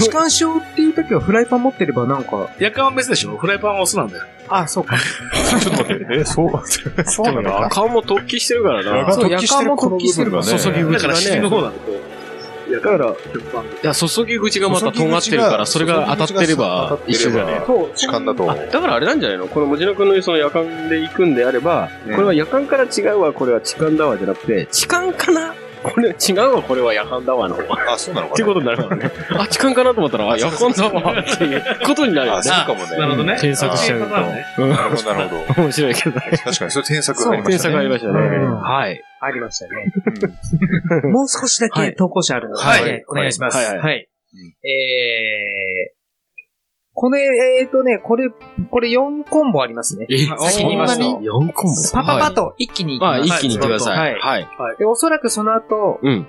痴漢症っていう時はフライパン持ってればなんか、夜間は別でしょフライパンはオスなんだよ。あ、そう [LAUGHS] か。ちょっと待って、え、そう、 [LAUGHS] そうなのあ顔も突起してるから夜な。間そう突起してるこの部分がね、夜間も突起してる注ぎだ口かがらね尻の方なんだよ。夜間だから鉄板でいや、注ぎ口がまた尖ってるから、それが当たってれば一緒じゃねそう、痴漢だと。あだからあれなんじゃないのこのもじのくんのその夜間で行くんであれば、うんこれは夜間から違うわ、これは痴漢だわじゃなくて、痴漢かなこれ違うわ、これは夜間だわの方が。あ、そうなのってかいうことになるからね。あ、痴漢かなと思ったら、あ、夜間だわっていうことになるよなあ、ねそう。かもね。なるほどね。検索しちゃうとそういうパターンねなるほど、なるほど。面白いけど。確かに、それ添削がありま添した削ありね。ましたね。うんはい。ありましたね。もう少しだはけい投稿者あるので、はいはいお願いします。はいはいえー、これ、えーとね、これ、これ4コンボありますね。えまあ先に言いますそとん。なに4コンボパパはパいと一気に行きまあ、ます。一気に行ってください。はいはい。で、おそらくその後、うん。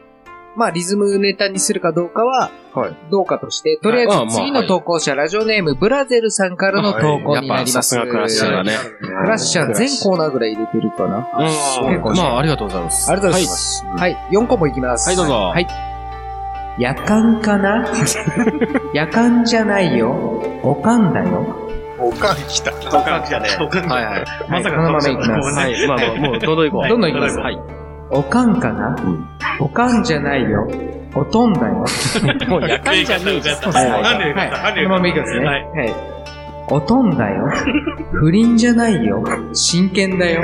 まあ、リズムネタにするかどうかは、はいどうかとして、とりあえまあまずあ次の投稿者、ラジオネーム、ブラゼルさんからの投稿になります。はいやっぱさすがクラッシャーだねクラッシャー全コーナーぐらい入れてるかな。ううん。まあ、ありがとうございます。ありがとうございます。はい、4個もいきます。はいどうぞはい。夜間かな [LAUGHS] 夜間じゃないよ。おかんだよ。おかん来た。おかんきたね。おかんきたはいはい。まさかこのままいきます。はい。はいまあまあ、もう、どんどん行こう。どんどん行きますはい。おかんかな、おかんじゃないよ。おとんだよ。もう、夜間じゃねえじゃん。なんでよかったなんこでよかのまっまいきますね。ははいい。おとんだ [LAUGHS] よ。不倫じゃないよ。真剣だよ。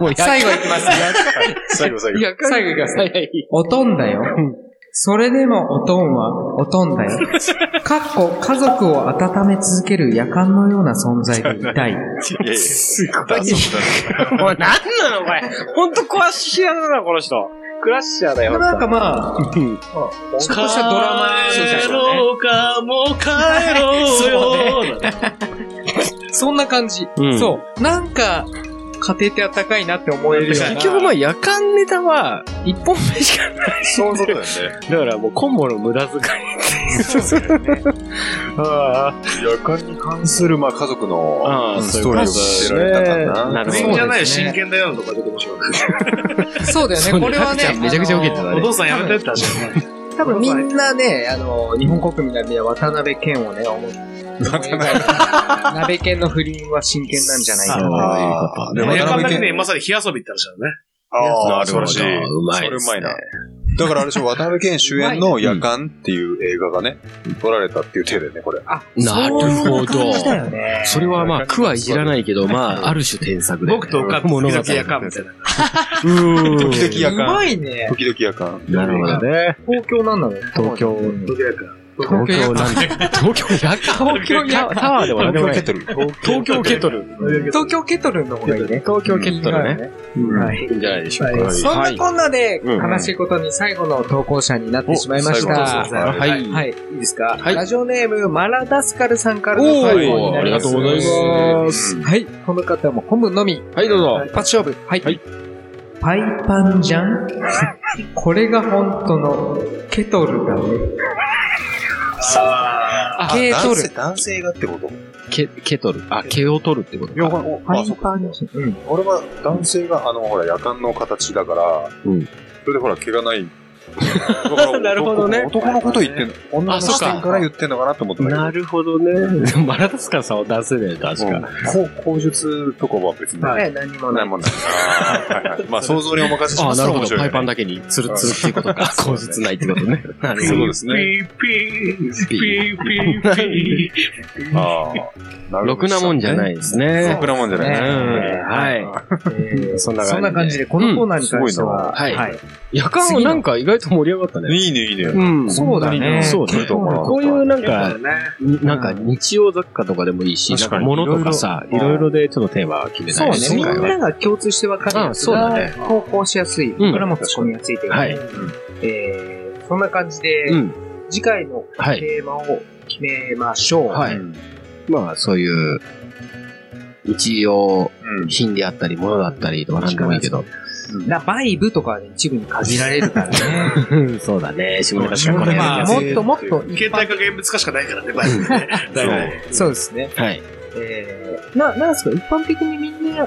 もう夜間、最後いきます。 [LAUGHS] 最後、最後。最後いきます。はいはい。おとんだよ。それでもおとんはおとん [LAUGHS] だよ。かっこ家族を温め続ける夜間のような存在でいたい。いやいや、すごおい。い、なんなのこれ。ほんとクラッシャーだな、この人。クラッシャーだよ。なんかまあ、ちょっとしたドラマみたい帰なね。ろうか、もう帰ろうよ。そんな感じ。うんそう。なんか、家庭ってあったかいなって思えるような。結局まあ、夜間ネタは、一本目しかない。そういうことだよね。だからもう、コンボの無駄遣い [LAUGHS] 夜間に関する、まあ、家族あのあうんそういうストーリーを知られたかなな。る不ほ倫どじゃないよ、そうで真剣すねだよのとか出てましょう。そうだよね。これはね、めちゃくちゃ受けてあのたおね。父さんやめてって話だよね。多分みんなね、あの、日本国民なんで渡辺謙をね、思う。鍋犬の不倫は真剣なんじゃないかな。ああ、で、夜渡間辺だけね、謙。まさに火遊びって話だよね。ああ、なる素晴ほらどしうい。まいですねそれうまいな。だからあれでしょ、渡辺謙主演の夜間っていう映画がね、撮られたっていう手でね、これ。なるほど。そうだよね。それはまあ、苦はいじらないけど、まあ、ある種添削で。僕とおかん、物時語々やかんみたいな。うん。時々う夜間。まいね。時々夜間。なるほどね。東京なんだろう東京、時々やかん。東京なんで、東京夜間東京やタワーでもなんでもない。東京ケル。東京ケトトル。東京ケトルの方がいいね。東京ケトルね。はいいいんじゃないでしょうか。そんなこんなで、うん悲しいことに最後の投稿者になってしまいましお最後たの投。稿者はい。はい、いいですか、はいラジオネーム、マラダスカルさんからの投お稿にー、なありりがまとす。うございます。はい、この方も本文のみ、はい、どうぞ。一発勝負。はい。はいパイパンじゃん [LAUGHS] これが本当のケトルだね。ケト男性ル。男性がってことケ、ケトル。あ、毛を取るってこといや、おパあ、イそっかパンじゃん。うん。俺は男性が、あの、ほら、夜間の形だから、うんそれでほら、毛 [LAUGHS] がない。だからなるほどね男のこと言ってんの。女のそっ視か点から言ってんのかなと思ったんだけど。なるほどね。でもマラダスカさんは男性だよね、確か。うんこう口述とかは別にない。ね、何もな。ないいもんない。はいはい [LAUGHS] まあ、想像にお任せしあまあ、すなるほど。パイパンだ。だけにツルツルっていうことか。口実ないってことね。なるほど。ですピ。ーピー、ピーピー、ピー。ああ。。ろくなもんじゃないいですねろ。くなもんじゃうん。ない。はえーそんな感じでで、このコーナーに関してうんすごいは、なはいい。夜間もなんか意外と盛り上がったね。いいね、いいね。うんそうだねそうだね。そうだねこういうなんか、ね。になんか日曜雑貨とかでもいいし、なん確かかに物とかさ、いいろいろろいろでちょっとテーマ決めたそいうね、みん今回はなが共通して分かるやつうんそうだがね投稿しやすい。これも突っ込みやすいというか、はい。えーそんな感じで、うん。次回のはい。テーマを決めましょう。はい。まあ、そういう、日用品であったり、物だったりとか何でもいいけど。なバイブとかはね一部に限られるからね。 [LAUGHS] うんそうだね。下ネタしか来ないまあもっともっと一携帯般か現物かしかないからね、バイクね。そう [LAUGHS] そうですね。はい。えー、な、なんですか、一般的にみんな、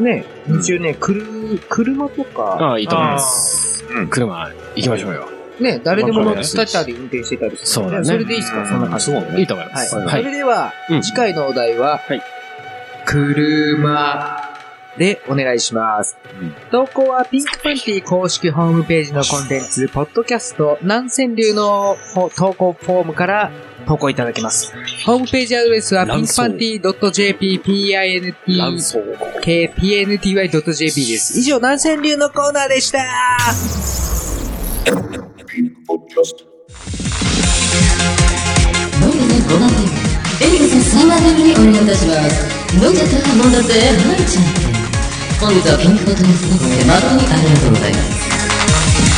ね、一応ね、くる車とか、ああ、いいと思います。うん車行きましょうよ。ね、誰でも乗ってたり運転してたりして、そうだねそれでいいですか、そんな感じ。ごいね。いいと思います。はい。はそい。れでは、うん次回のお題は、はい車でお願いします。投稿はピンクパンティ公式ホームページのコンテンツ、ポッドキャスト、南川流の投稿フォームから投稿いただけます。ホームページアドレスはピン乱ク走パンティ .jp、乱 pint、走。 kpnty.jp です。以上、南川流のコーナーでした飲んで5番手エリカさん3番手にお願いいたします飲んじゃったら飲んだぜはいちゃん本日はピンクボトルスポーツで誠にありがとうございます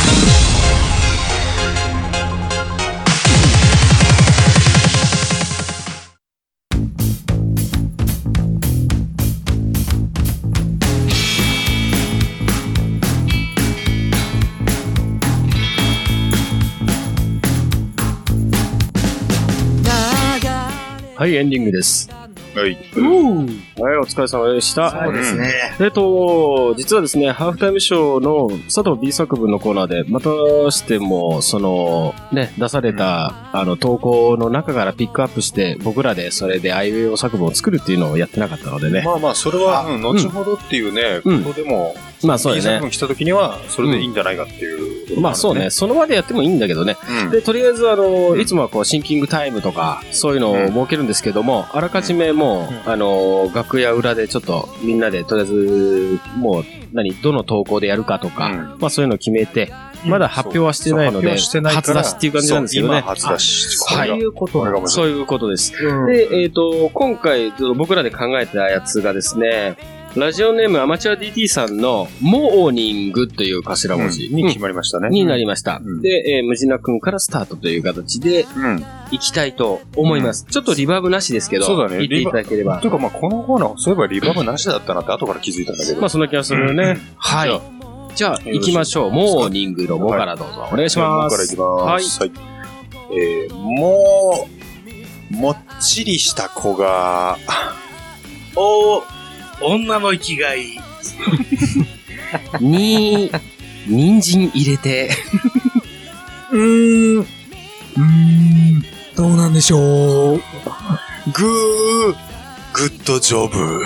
はい、エンディングです。はい。はい、お疲れ様でした。うですね。えっと、実はですね、ハーフタイムショーの佐藤 B 作文のコーナーで、またしても、その、ね、出された、あの、投稿の中からピックアップして、僕らでそれでアイウェイお作文を作るっていうのをやってなかったのでね。まあまあ、それは、うん後ほどっていうね、うんことでも、まあそう B だ作ね。文来た時には、それでいいんじゃないかっていう。まあそうね、。その場でやってもいいんだけどね。うん。で、とりあえず、あの、いつもはこう、シンキングタイムとか、そういうのを設けるんですけども、あらかじめもう、あの、楽屋裏でちょっと、みんなで、とりあえず、もう、何、どの投稿でやるかとか、うんまあそういうのを決めて、まだ発表はしてないので、そうそう発表はしてないか初ら出しっていう感じなんですよそうね。今初出し。あこそれがういうここれが面そ白い。ういうことです。で、えっ、と、今回、ちょっと僕らで考えたやつがですね、ラジオネームアマチュア DT さんの、モーニングという頭文字にに,、決まりましたね。になりました。うんで、えー、無事なくんからスタートという形で、うん。行きたいと思います。ちょっとリバーブなしですけど、そうだね行っていただければと。いうか、まあ、このコーナー、そういえばリバーブなしだったなって後から気づいたんだけど。まあ、そんな気がするよね。うんはい。じゃあ、行きましょう。モーニングのモからどうぞ。お願いしま僕からいすき。ます。はい。えー、もう、もっちりした子が、 [LAUGHS] お女の生きがい。に、人参入れて。うーん。うーん。どうなんでしょう。グー、グッドジョブ。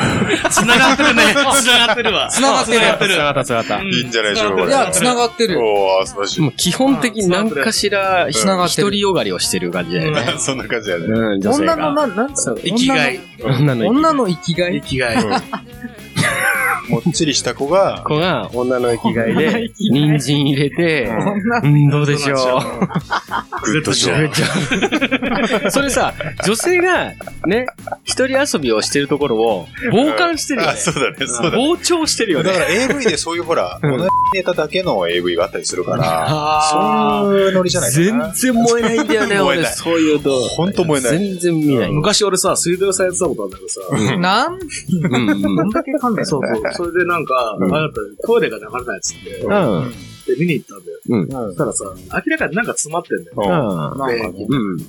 繋がって [LAUGHS] るね。繋がってるわ。繋がってる繋がってる。たつがったうんいいんじゃないでしょうか、こいれ。や、繋がってる。おー、素晴らしもう基本的に何かしら、ひ繋がってる独りよがりをしてる感じだよね。 [LAUGHS] い。そんな感じだね。うん、女性女の、が。なん、なんつうの生きがい。。女の女の女の生きがい生きがい。もっちりした子が、子が女の生きがい女ので生、きがい人参入れて、女うん、どうでしょどうう。グッドジョ [LAUGHS] ブ。それさ、女性が、ね、一人遊びをしてるところを、傍観してるよ [LAUGHS] あ、ね。そうだね、そうだね。傍聴してるよだかね。ら AV でそういうほら、同じネタだけの AV があったりするから、あそういうノリじゃないか全な。然燃えないんだよね、燃え俺。ないそういうと。ほんと燃えない全然見ない。昔俺さ、水道屋さんやってたことあるんだけどさ、のなんうんうん。どんだけ噛んだよ。そうそう。それでなんか、うんあなたトイレが流れないっつって、でうん。見に行ったんだよ。うそん。したらさ、明らかになんか詰まってんだよ。うんなんかねうん。うん。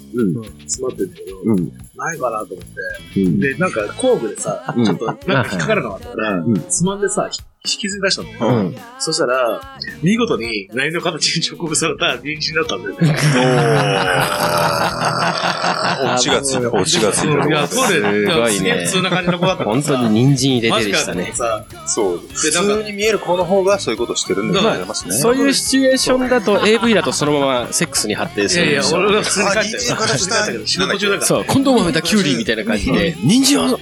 詰まってんだけど、うん。ないかなと思って。うん。で、なんか工具でさ、うんちょっとなんか引っかからなかったから、うんつまんでさ、ひ引きずり出したのね。うん。そしたら、見事に何の形に彫刻された人参だったんだよね。お [LAUGHS] ー。オチがついた、オチがついそういや、た。そうで、すごいいやすねげえ普通な感じの子だった本当に人参入れてでしたね。さ、そう。普通に見える子の方がそういうことしてるんでございますね。そういうシチュエーションだと AV だとそのままセックスに発展いすやるんいでや、すよ。俺は普通に帰ったよ。あ人参からしただけど、仕事中だから。そう、今度もめたキュウリみたいな感じで、人参を、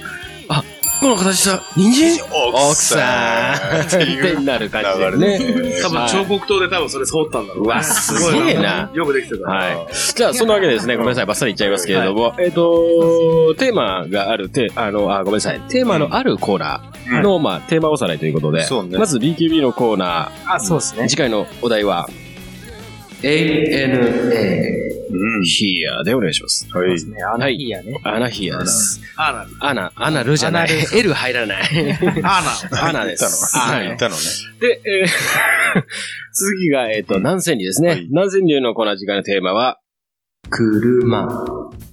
あ、この形した、人参奥奥さんってっていうなる感じで流れね。で。多分彫刻刀で多分それ触ったんだろうね。うわすげえなよくできてた。はい。じゃあ、そんなわけでですね、ごめんなさい、バッサリいっちゃいますけれども、えっと、テーマがある、て、あの、あ、ごめんなさい、テーマのあるコーナーの、まあ、テーマおさらいということでそう、ねまず BKB のコーナあ、そうですー、ね。次回のお題は、ANA うん。ヒアでお願いします。はい。ね、あのはいいいやね。アナヒアです。アーアナ、アナルじゃない。L [LAUGHS] 入らない。ナ、アーアナ言でったのす。はあい言ったのね。で、えー [LAUGHS] 続きが、えっ、と、南千里ですね。はい南千里のこの時間のテーマは、車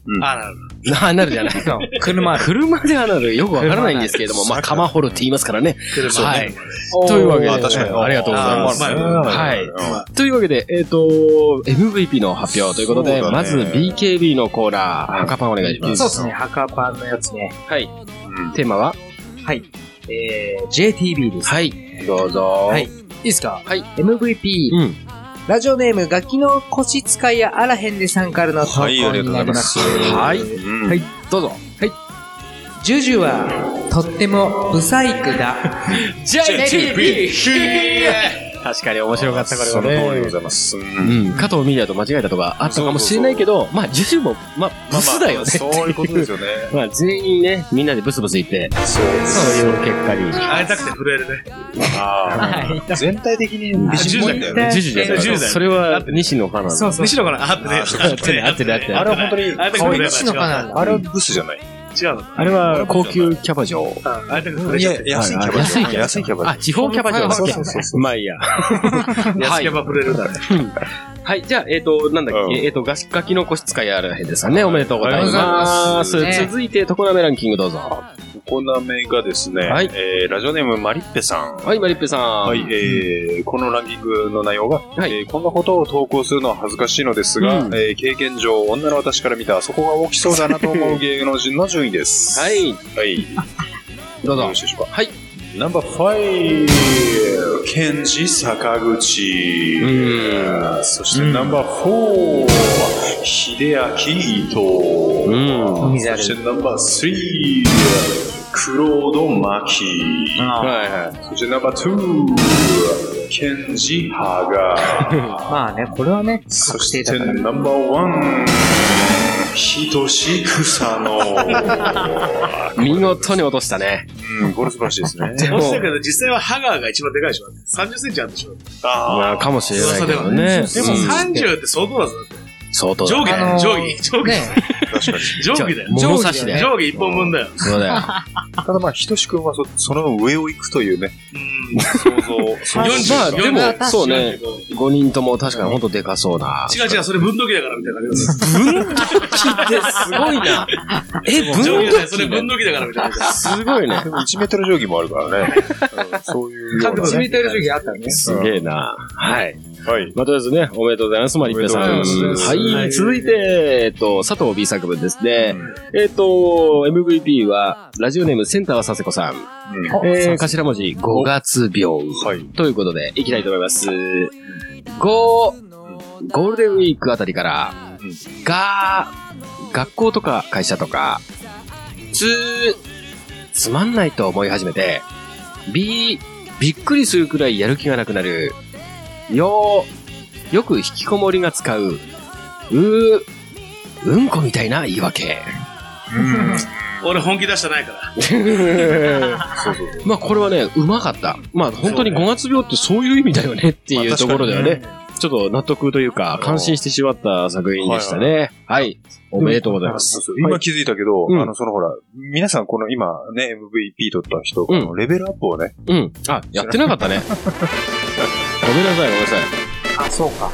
うんあ、なるほなあなるじゃない。車ある。車ではなる、よくわからないんですけれども、まあ、釜掘るって言いますからね。ど。車ははいい。というわけで、あ確かにありがとうございます。あまあはい。というわけで、えっ、と、MVP の発表ということで、そうだねまず BKB のコーナー、赤パンお願いします。そうですね、ハカパンのやつね。はい。テーマはえー、JTB です。はい。どうぞ。はい。いいですかはい MVP。うん。ラジオネーム、楽器の腰使いやあらへんでさんからの投稿はい、ありがとうになございりまますす。。はいうんはいどうぞ。ジュジュは、とっても、ブサイクだ。確かに面白かった、これはその通りでねご。ざいます。うんうん、加藤ミリアと間違えたとかあったかもしれないけど、まあ、ジュジュも、まあ、ブスだよね。そういうことですよね。まあ、全員ね、みんなでブスブス言って、そうそういう結果に。会いたくて震えるね。全体的に美人っぽいんだよね。ジュジュじゃないジュジュだよそれは、西野カナそうそう。西野かなあってね。合ってる合ってる合ってるあれは本当に、あれ可愛い西野かなあれはブスじゃない。違うのかあれは、高級キャバ嬢。なあれだけど、安安いキャバ嬢安いキャバ嬢安いキャバ嬢あ、地方キャバ嬢。そうそうそうそまあいいや。キャバ震えるんだね。はい、じゃあ、えっ、と、なんだっけ、うんえっ、と、ガシガキの個室会あるへですね。おめでとうございま。ますす続いて、常滑ランキングどうぞ。はコナメがですね、はいえーラジオネームマリッペさん。い、マリッペさん。はい、えーこのランキングの内容が、はいえーこんなことを投稿するのは恥ずかしいのですが、うんえー経験上、女の私から見た、そこが大きそうだなと思う芸能人の順位です。ははい。い、 [LAUGHS] どうよぞろ。しいでしょうか。はい。ナンバー5、ケンジ坂口。うんそしてナンバー4、秀明伊藤。うんそしてナンバー3、クロード巻。はいはい。そしてナンバー2、ケンジ・ハ [LAUGHS] ガまあね、これはね、そ確し定てだから。ナンバー1、ひとし草の。 [LAUGHS] 見事に落としたね。うん、これ素晴らしいですね。落ちたけど、実際はハガーが一番でかいでしょ。30センチあるでしょ。あまあ、かもしれないけどね。でもうん30って相当だぞ。相当だ。上下だあのよ。ー上下。上下。ね、あ、確かに。上下だよ。物差しで。上下一本分だよ。そうだよ。ただまあ、ひとしくんはそその上を行くというね、うん。想像。まあ、で40も、そうね。5人とも確かに本当でかそうな。違う違う、それ分度器だからみたいな感じだ分度器ってすごいな。え、分上下だよ、それ度器分度器だからみたいな感すごいね。でも1メートル定規もあるからね。うんそういうようなね。 1メートル定規あった [LAUGHS] ね。すげえな。はい。はい。まあ、とりあえずね、おめでとうございます、マリッペさん。おめでとうございますは。はいい続いて、えっと、佐藤 B 作文ですね。えっと、MVP は、ラジオネームセンターは佐世子さん。うんえー、頭文字、5月病。はい。ということで、いきたいと思います。ゴー、ゴールデンウィークあたりから、がー、学校とか会社とか、つー、つまんないと思い始めて、びー、びっくりするくらいやる気がなくなる。よー、よく引きこもりが使う。うー、うんこみたいな言い訳。じ。俺本気出してないから。まあこれはね、うまかった。まあ本当に5月病ってそういう意味だよねっていうところだよね。ちょっと納得というか、感心してしまった作品でしたね。はい。おめでとうございます。そうそう今気づいたけど、うんあの、そのほら、皆さんこの今ね、MVP 取った人、うんあのレベルアップをね、うん。あ、やってなかったね。 [LAUGHS] ごめんなさい、ごめんなさい。あ、そうか。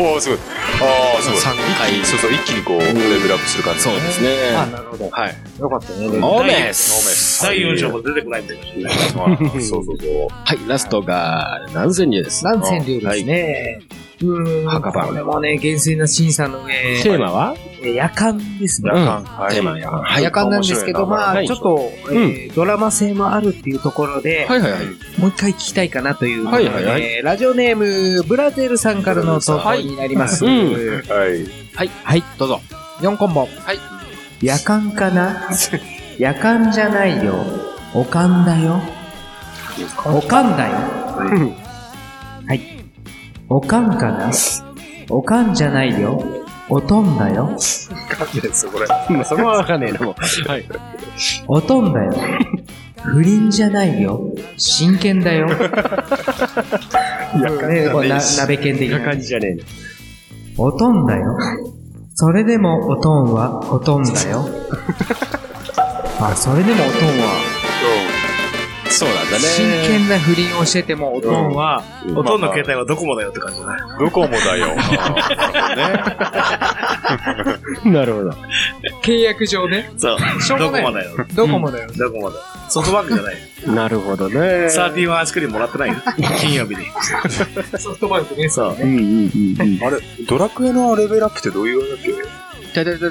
おおすごい。ああ、すごい。三回そうそう、一気にこう、レベルアップする感じ。そうですね。あ、なるほど。はい。よかったね。でもオメス第4章も出てこないんだよ。 [LAUGHS] あーそうそうそう。はい、ラストが、南千流です。南千流ですね。うーん。墓場これもね、厳正な審査の上、テーマはえ夜間ですね夜。間、はい。テーマやははいい。夜間なんですけど、まはあ、いちょっと、えードラマ性もあるっていうところで、はいはいはい。もう一回聞きたいかなという、はいはいはいえーラジオネーム、ブラゼルさんからの投稿になります。はいうんはい。はい、はい、どうぞ。 4コンボ。い夜間かな夜間じゃないよ。おかんだよ。おかんだよ。はい。おかんかなおかんじゃないよ。おとんだよ。それはわかんねえな、もう。はい。おとんだよ。不倫じゃないよ。真剣だよ。ねこうな鍋犬的な。じじゃねえね。おとんだよ。それでもおとんはおとんだよ。あ、それでもおとんは。そうなんだね。真剣な不倫をしてても、おとんは、ほとんど携帯はドコモだよって感じだね。どこもだよ。ね。なるほど。契約上ね、そう。しょうドがコないモだよ。ドコモだよ。ドコモだよ。ソフトバンクじゃないよ。なるほどね。サーティワンアイスクリームもらってないよ。金曜日に。ソフトバンクね、そう。うんうんうん [LAUGHS] うん。あれ、ドラクエのレベルアップってどういうあれだっけたたいたた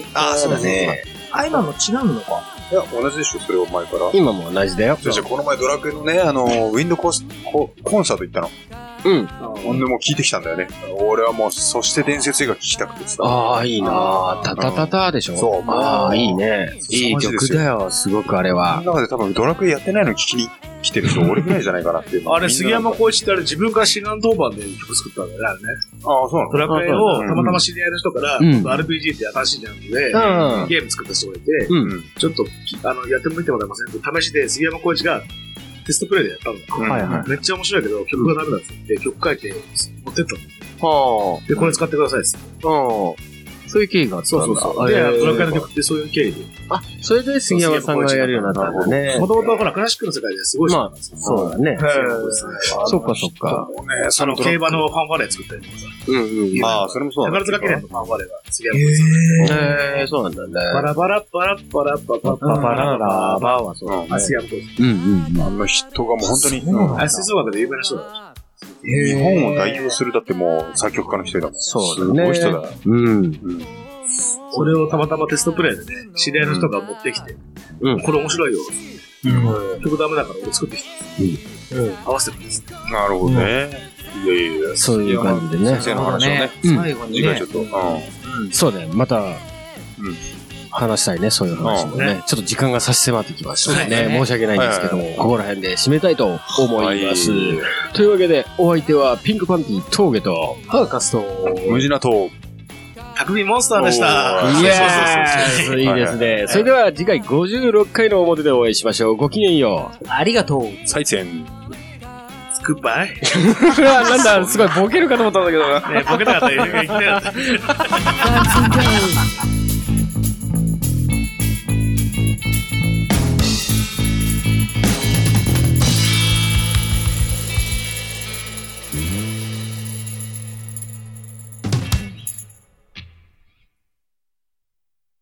たた。あそうだね。あ、今も違うのか。や、同じでしょ、それは前から。今も同じだよ。そしてこの前ドラクエのね、あの、ウィンドコースココンサート行ったの。うん。ほんでもう聞いてきたんだよね。俺はもう、そして伝説が聞きたくてさ。ああ、いいなあたーたたたでしょそうああ、いいね。そういい曲だよ、すごくあれあはの。中で多分ドラクエやってないの聞きに来てる [LAUGHS] 人俺ぐらいじゃないかなっていう。あれ、杉山浩一ってあれ自分が志願当番で曲作ったんだよね、あれね。ああ、そうなのドラクエをたまたま知り合いの人から、うん RPG って新しいジャンルで、うんゲーム作った人がいて、うん。ちょっときあのやってみてもらえませんって試しで杉山浩一がテストプレイでやったの。はいはい。めっちゃ面白いけど、曲がダメだっつって、曲書いて持ってったの。はで、これ使ってくださいっつっあ。て。うん。そういう経緯があったんだ。で、えードラクエの曲ってそういう経緯で。あ、それで杉山さんがやるようになったんだね。もともとほら、クラシックの世界ですごい人なんですよ。そうだね。そっかそっか。ね、その競馬のファンファレ作ったりとかさ、うんうん。ああ、それもそうなんだ宝けど塚記念のファンファレが杉山浩一さんえー、そうなんバだね。ラバラバラバラバラバラバラバラはそうだ。杉山浩一。うんうんあの人がもう本当に、うんあ、吹奏楽で有名な人だ。日本を代表するだってもう作曲家の一人だもん。そうだねすごい人だ。うん。うん。それをたまたまテストプレイでね、知り合いの人が持ってきて、うんこれ面白いよ。曲ダメだから俺作ってきた。うん合わせてくれです。なるほどね。いやいやいや。そういう感じでね先生の話をね。うん最後に次回ねちょっと。うん。そうだよ。また、話したいね、そういう話もうんね。ちょっと時間が差し迫ってきましたのでそうですね。ね申し訳ないんですけども、ここら辺で締めたいと思います。というわけで、お相手はピンクパンティ峠と、ハーカスと、無事なと、匠モンスターでしおた。ーイエそうそうそうそーうイいいですね。それでは次回56回の表でお会いしましょう。ごきげんよ [LAUGHS] う。ありがとう。再戦。グッバイ。ねなんだ、すごいボケるかと思ったんだけどな。ボケたかったら言ってなかった。 Let's go.